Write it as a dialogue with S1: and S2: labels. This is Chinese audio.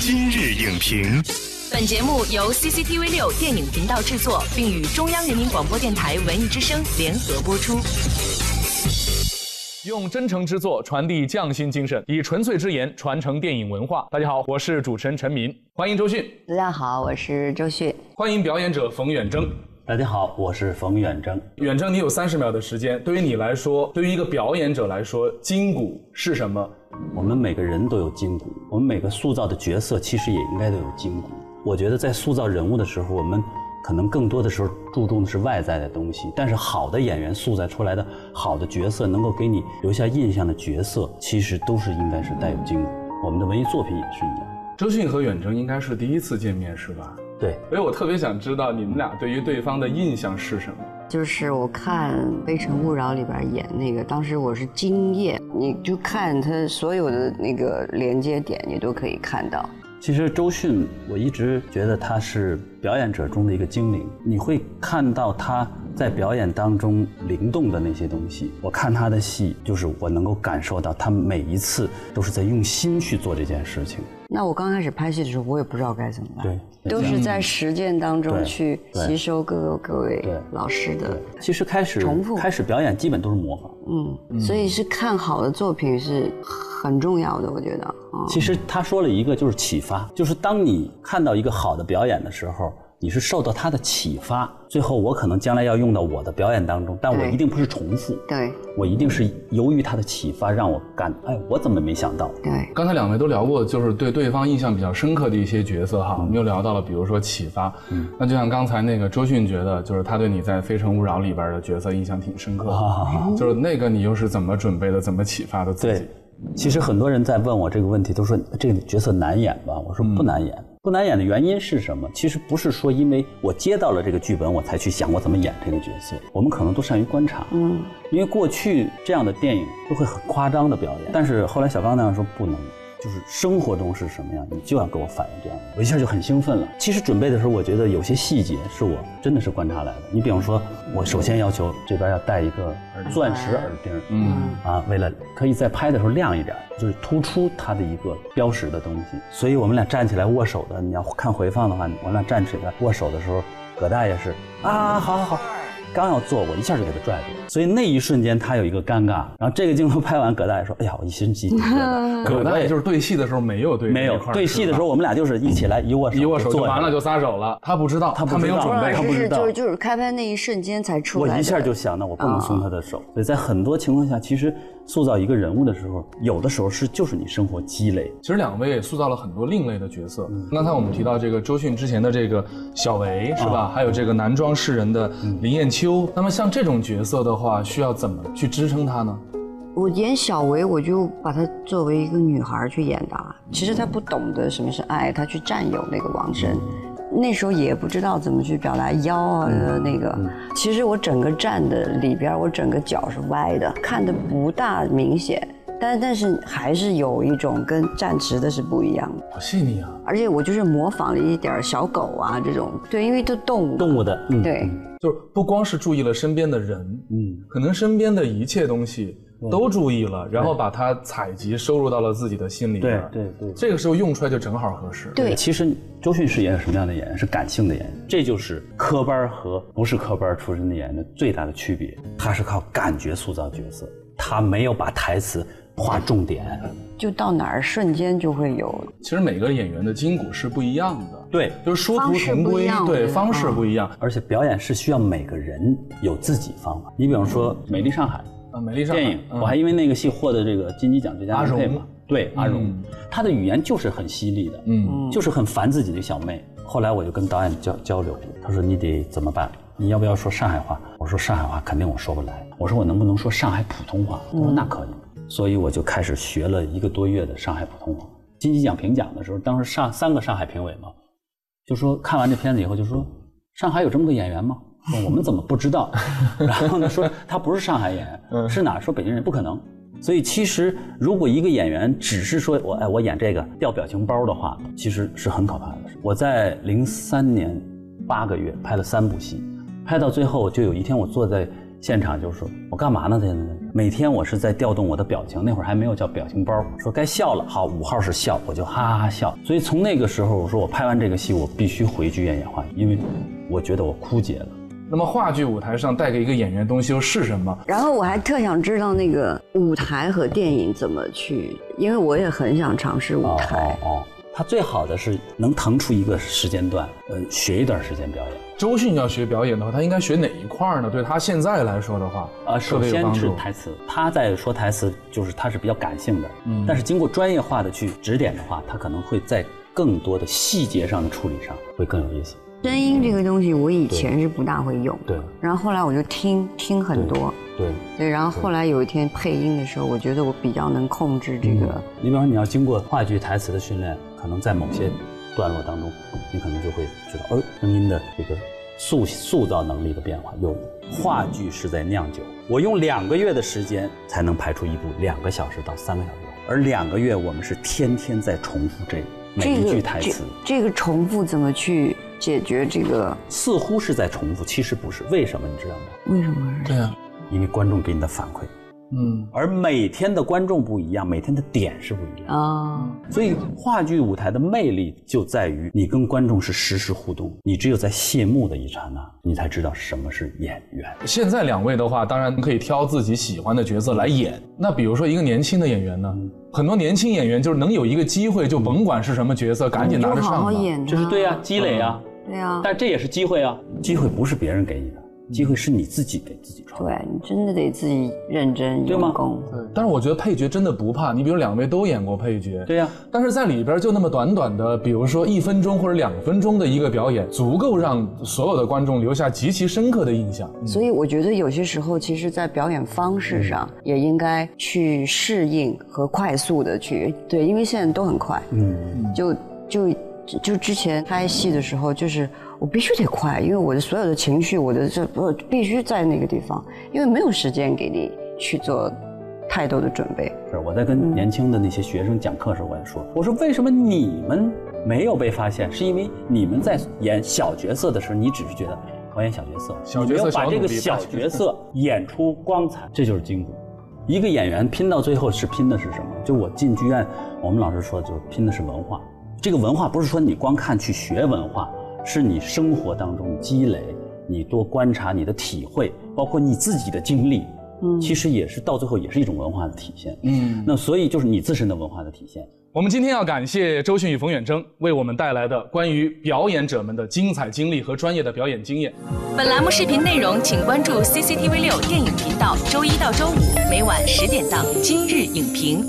S1: 今日影评，
S2: 本节目由 CCTV 六电影频道制作，并与中央人民广播电台文艺之声联合播出。
S3: 用真诚之作传递匠心精神，以纯粹之言传承电影文化。大家好，我是主持人陈民，欢迎周迅，
S4: 大家好，我是周迅。
S3: 欢迎表演者冯远征。
S5: 大家好，我是冯远征。
S3: 远征，你有三十秒的时间，对于你来说，对于一个表演者来说，筋骨是什么？
S5: 我们每个人都有筋骨，我们每个塑造的角色其实也应该都有筋骨。我觉得在塑造人物的时候，我们可能更多的时候注重的是外在的东西，但是好的演员塑造出来的好的角色，能够给你留下印象的角色，其实都是应该是带有筋骨。我们的文艺作品也是一样。
S3: 周迅和远征应该是第一次见面，是吧？
S5: 对，
S3: 所以我特别想知道你们俩对于对方的印象是什么。
S4: 就是我看《非诚勿扰》里边演那个，当时我是惊艳，你就看他所有的那个连接点，你都可以看到。
S5: 其实周迅，我一直觉得她是表演者中的一个精灵，你会看到她在表演当中灵动的那些东西。我看她的戏，就是我能够感受到她每一次都是在用心去做这件事情。
S4: 那我刚开始拍戏的时候，我也不知道该怎么办，
S5: 对
S4: 都是在实践当中
S5: 对
S4: 去
S5: 对
S4: 吸收各个各位
S5: 对
S4: 老师的，
S5: 其实开始
S4: 重复
S5: 开始表演基本都是模仿。
S4: 嗯，所以是看好的作品是很重要的，我觉得。嗯
S5: 其实他说了一个就是启发，就是当你看到一个好的表演的时候，你是受到他的启发。最后我可能将来要用到我的表演当中，但我
S4: 对
S5: 一定不是重复。
S4: 对
S5: 我一定是由于他的启发，让我感哎，我怎么没想到？
S4: 对，
S3: 刚才两位都聊过，就是对对方印象比较深刻的一些角色哈，我们又聊到了，比如说启发。
S5: 嗯
S3: 那就像刚才那个周迅觉得，就是他对你在《非诚勿扰》里边的角色印象挺深刻
S5: 啊
S3: 的，就是那个你又是怎么准备的，怎么启发的自己
S5: 对？，其实很多人在问我这个问题，都说这个角色难演吧？我说不难演，不难演的原因是什么？其实不是说因为我接到了这个剧本，我才去想我怎么演这个角色。我们可能都善于观察，
S4: 嗯，
S5: 因为过去这样的电影都会很夸张的表演，但是后来小刚那样说不能。就是生活中是什么样，你就要给我反映这样的，我一下就很兴奋了。其实准备的时候，我觉得有些细节是我真的是观察来的。你比方说，我首先要求这边要戴一个钻石耳钉，
S3: 嗯，
S5: 啊，为了可以在拍的时候亮一点，就是突出它的一个标识的东西。所以我们俩站起来握手的，你要看回放的话，我们俩站起来握手的时候，葛大爷是啊，好好好，刚要坐，我一下就给他拽住了。所以那一瞬间他有一个尴尬。然后这个镜头拍完，葛大爷说：“哎呀，我一身鸡皮疙 瘩。
S3: 可
S5: 我
S3: 能也
S5: 也
S3: 就是对戏的时候没有对
S5: 没有
S3: 那块儿
S5: 对戏的时候，我们俩就是一起来一握手，
S3: 一握手就
S5: 坐下
S3: 完了就撒手了，他不知道，
S5: 他不知道
S3: 没有准
S5: 那
S3: 备
S5: 个
S4: 老
S5: 不
S4: 师
S5: 知
S4: 是
S5: 道
S4: 就是就是开拍那一瞬间才出
S5: 我
S4: 来的，
S5: 一下就想到我不能松他的手，所以在很多情况下，其实塑造一个人物的时候，有的时候是就是你生活积累，
S3: 其实两位也塑造了很多另类的角色。
S5: 嗯
S3: 刚才我们提到这个周迅之前的这个小维是
S5: 啊
S3: 吧？还有这个男装诗人的
S5: 嗯
S3: 林彦秋。那么像这种角色的话，需要怎么去支撑他呢？
S4: 我演小维，我就把她作为一个女孩儿去演的啊。其实她不懂得什么是爱，她去占有那个王
S5: 嗯
S4: 真。那时候也不知道怎么去表达腰啊呃那个，
S5: 嗯
S4: 其实我整个站的里边儿，我整个脚是歪的，看的不大明显，但但是还是有一种跟站直的是不一样的。
S3: 好细腻啊！
S4: 而且我就是模仿了一点儿小狗啊这种，对，因为都动物，
S5: 动物的，嗯，
S4: 对，
S3: 就是不光是注意了身边的人，
S5: 嗯，
S3: 可能身边的一切东西都注意了，然后把它采集收入到了自己的心里边儿。
S5: 对对
S3: 这个时候用出来就正好合适。
S4: 对
S5: 其实周迅是演员什么样的演员？是感性的演员，这就是科班儿和不是科班儿出身的演员的最大的区别。他是靠感觉塑造角色，他没有把台词划重点。
S4: 就到哪儿瞬间就会有
S3: 其实每个演员的筋骨是不一样的，
S5: 对，
S3: 就是殊途
S4: 方式
S3: 同
S4: 不一
S3: 归
S4: 样，
S3: 对
S4: 对
S3: 方
S5: 啊
S3: 式
S4: 嗯
S3: 不一样。
S5: 而且表演是需要每个人有自己方法。你比方说《美丽上海》
S3: 啊，美丽上海
S5: 电影，
S3: 嗯
S5: 我还因为那个戏获得这个金鸡奖最佳
S3: 阿
S5: 男配
S3: 荣
S5: 嘛。对，阿荣，
S3: 嗯
S5: 他的语言就是很犀利的，
S3: 嗯。
S5: 就是很烦自己的小妹。后来我就跟导演交交流，他说你得怎么办？你要不要说上海话？我说上海话肯定我说不来。我说我能不能说上海普通话？他说
S3: 嗯
S5: 那可以。所以我就开始学了一个多月的上海普通话。金鸡奖评奖的时候，当时上三个上海评委嘛，就说看完这片子以后就说上海有这么个演员吗？说我们怎么不知道？ 然后呢说他不是上海演员，是哪儿？说北京人不可能。所以其实如果一个演员只是说我哎我演这个掉表情包的话，其实是很可怕的。我在零三年八个月拍了三部戏，拍到最后就有一天我坐在。现场就说：“我干嘛呢？在那每天我是在调动我的表情，那会儿还没有叫表情包，说该笑了。好，五号是笑，我就哈哈哈笑。所以从那个时候，我说我拍完这个戏，我必须回剧院演话剧，因为我觉得我枯竭了。
S3: 那么话剧舞台上带给一个演员东西又是什么？
S4: 然后我还特想知道那个舞台和电影怎么去，因为我也很想尝试舞台。
S5: 哦哦，他最好的是能腾出一个时间段，呃，学一段时间表演。”
S3: 周迅要学表演的话，他应该学哪一块儿呢？对他现在来说的话，
S5: 啊，
S3: 特
S5: 首
S3: 别有
S5: 先
S3: 帮
S5: 是
S3: 助。
S5: 台词，他在说台词，就是他是比较感性的，
S3: 嗯
S5: 但是经过专业化的去指点的话，他可能会在更多的细节上的处理上会更有意思。
S4: 声音这个东西，我以前是不大会用，
S5: 对
S4: 然后后来我就听听很多，
S5: 对，
S4: 对，然后后来有一天配音的时候，我觉得我比较能控制这个。
S5: 你比方说你要经过话剧台词的训练，可能在某些段落当中，你可能就会知道，哦，声音的这个塑塑造能力的变化。有话剧是在酿酒，我用两个月的时间才能排出一部两个小时到三个小时，而两个月我们是天天在重复这个嗯每
S4: 这
S5: 一
S4: 个
S5: 句台词。
S4: 这，这个重复怎么去解决这个？
S5: 似乎是在重复，其实不是。为什么你知道吗？
S4: 为什么是？
S3: 对呀、
S5: 因为观众给你的反馈，
S3: 嗯，
S5: 而每天的观众不一样，每天的点是不一样。
S4: 啊，
S5: 所以话剧舞台的魅力就在于你跟观众是实时互动，你只有在谢幕的一刹那，你才知道什么是演员。
S3: 现在两位的话，当然可以挑自己喜欢的角色来演。那比如说一个年轻的演员
S5: 嗯
S3: 呢，很多年轻演员就是能有一个机会，就甭管是什么角色，赶紧
S4: 你
S3: 拿
S4: 就
S3: 着
S4: 好
S3: 上
S4: 好
S3: 吧。
S4: 演啊，
S5: 呀，积累啊，
S4: 对啊，
S5: 但这也是机会啊，机会不是别人给你的，机会是你自己给自己创造。
S4: 对你真的得自己认真
S5: 对吗
S4: 用功。
S3: 但是我觉得配角真的不怕，你比如两位都演过配角，
S5: 对呀、
S3: 但是在里边就那么短短的，比如说一分钟或者两分钟的一个表演，足够让所有的观众留下极其深刻的印象。嗯
S4: 所以我觉得有些时候，其实，在表演方式上也应该去适应和快速的去对，因为现在都很快，
S5: 嗯，
S4: 就就就之前拍戏的时候，就是我必须得快，因为我的所有的情绪，我的这我必须在那个地方，因为没有时间给你去做太多的准备。
S5: 是我在跟年轻的那些学生讲课的时候，我也说，我说为什么你们没有被发现，是因为你们在演小角色的时候，你只是觉得我演小角色，
S3: 小
S5: 你没
S3: 角色
S5: 有
S3: 小
S5: 把这
S3: 努
S5: 个
S3: 力
S5: 小
S3: 吧
S5: 角色演出光彩，这就是筋骨。一个演员拼到最后是拼的是什么？就我进剧院，我们老师说，就是拼的是文化。这个文化不是说你光看去学文化，是你生活当中积累，你多观察你的体会，包括你自己的经历，
S4: 嗯
S5: 其实也是到最后也是一种文化的体现。
S3: 嗯
S5: 那所以就是你自身的文化的体现。
S3: 我们今天要感谢周迅与冯远征为我们带来的关于表演者们的精彩经历和专业的表演经验。
S2: 本栏目视频内容，请关注 CCTV 六电影频道，周一到周五每晚十点档《今日影评》。